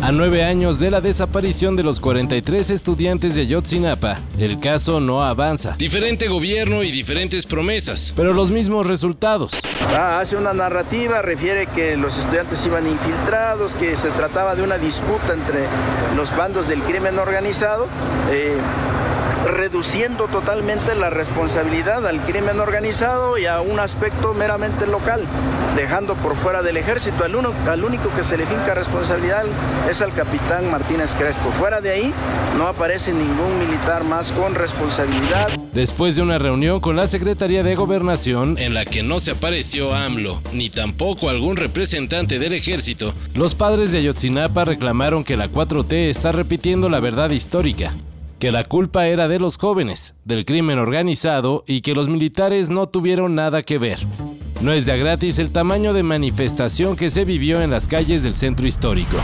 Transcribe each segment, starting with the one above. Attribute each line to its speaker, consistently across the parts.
Speaker 1: A nueve años de la desaparición de los 43 estudiantes de Ayotzinapa, el caso no avanza. Diferente gobierno y diferentes promesas, pero los mismos resultados.
Speaker 2: Ah, hace una narrativa, refiere que los estudiantes iban infiltrados, que se trataba de una disputa entre los bandos del crimen organizado. Eh, reduciendo totalmente la responsabilidad al crimen organizado y a un aspecto meramente local, dejando por fuera del ejército. Al, uno, al único que se le finca responsabilidad es al capitán Martínez Crespo. Fuera de ahí no aparece ningún militar más con responsabilidad.
Speaker 1: Después de una reunión con la Secretaría de Gobernación, en la que no se apareció AMLO, ni tampoco algún representante del ejército, los padres de Ayotzinapa reclamaron que la 4T está repitiendo la verdad histórica que la culpa era de los jóvenes, del crimen organizado y que los militares no tuvieron nada que ver. No es de gratis el tamaño de manifestación que se vivió en las calles del centro histórico.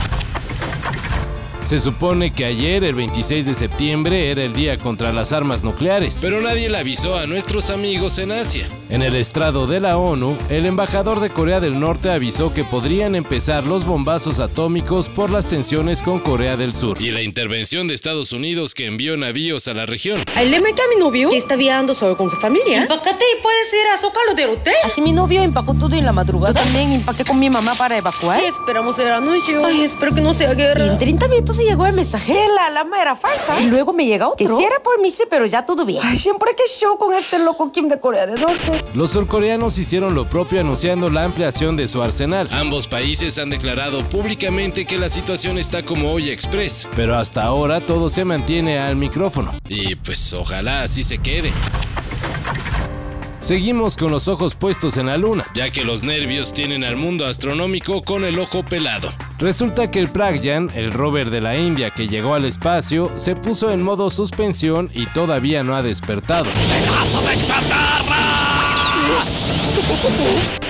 Speaker 1: Se supone que ayer, el 26 de septiembre, era el día contra las armas nucleares. Pero nadie le avisó a nuestros amigos en Asia. En el estrado de la ONU, el embajador de Corea del Norte avisó que podrían empezar los bombazos atómicos por las tensiones con Corea del Sur. Y la intervención de Estados Unidos que envió navíos a la región.
Speaker 3: El americano mi novio que está viajando solo con su familia.
Speaker 4: Empácate y puedes ir a Zócalo del hotel.
Speaker 3: Así mi novio empacó todo en la madrugada. Yo también empaqué con mi mamá para evacuar.
Speaker 4: Sí, esperamos el anuncio. Ay, espero que no sea guerra.
Speaker 3: en 30 minutos se llegó el mensaje que la alarma era falsa. Y luego me llega otro. Que sí era por mí, pero ya todo bien. Ay, siempre que show con este loco Kim de Corea del Norte.
Speaker 1: Los surcoreanos hicieron lo propio anunciando la ampliación de su arsenal. Ambos países han declarado públicamente que la situación está como hoy express, pero hasta ahora todo se mantiene al micrófono. Y pues ojalá así se quede. Seguimos con los ojos puestos en la luna, ya que los nervios tienen al mundo astronómico con el ojo pelado. Resulta que el Pragyan, el rover de la India que llegó al espacio, se puso en modo suspensión y todavía no ha despertado.
Speaker 5: de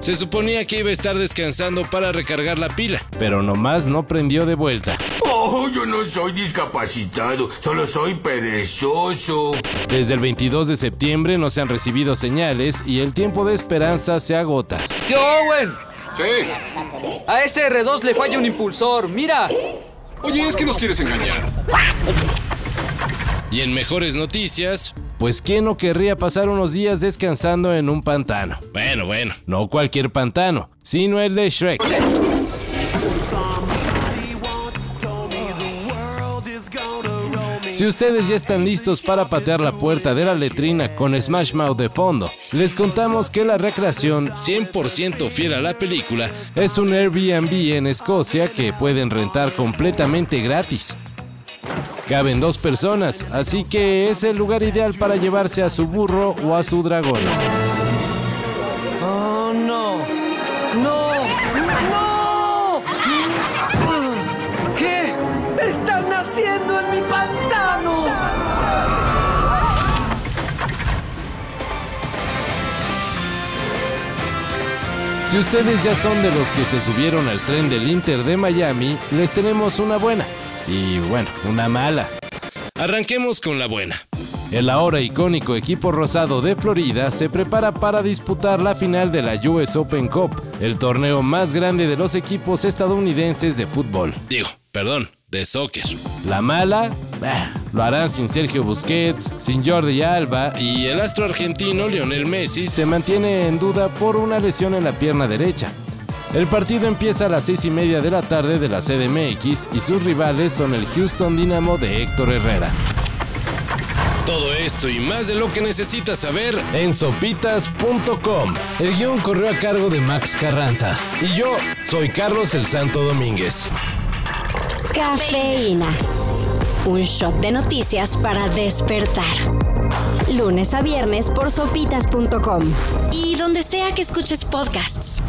Speaker 1: Se suponía que iba a estar descansando para recargar la pila, pero nomás no prendió de vuelta.
Speaker 5: Oh, yo no soy discapacitado, solo soy perezoso.
Speaker 1: Desde el 22 de septiembre no se han recibido señales y el tiempo de esperanza se agota.
Speaker 6: ¡Yo, Owen!
Speaker 7: Sí.
Speaker 6: A este R2 le falla un impulsor, mira.
Speaker 7: Oye, es que nos quieres engañar.
Speaker 1: Y en mejores noticias, pues ¿quién no querría pasar unos días descansando en un pantano? Bueno, bueno, no cualquier pantano, sino el de Shrek. Si ustedes ya están listos para patear la puerta de la letrina con Smash Mouth de fondo, les contamos que la recreación 100% fiel a la película es un Airbnb en Escocia que pueden rentar completamente gratis. Caben dos personas, así que es el lugar ideal para llevarse a su burro o a su dragón.
Speaker 6: Oh, no. No. No. ¿Qué están haciendo en mi pantano?
Speaker 1: Si ustedes ya son de los que se subieron al tren del Inter de Miami, les tenemos una buena. Y bueno, una mala. Arranquemos con la buena. El ahora icónico equipo rosado de Florida se prepara para disputar la final de la US Open Cup, el torneo más grande de los equipos estadounidenses de fútbol. Digo, perdón, de soccer. La mala, bah, lo harán sin Sergio Busquets, sin Jordi Alba y el astro argentino Lionel Messi se mantiene en duda por una lesión en la pierna derecha. El partido empieza a las 6 y media de la tarde de la CDMX y sus rivales son el Houston Dynamo de Héctor Herrera. Todo esto y más de lo que necesitas saber en sopitas.com. El guión corrió a cargo de Max Carranza y yo soy Carlos el Santo Domínguez.
Speaker 8: Cafeína. Un shot de noticias para despertar. Lunes a viernes por sopitas.com. Y donde sea que escuches podcasts.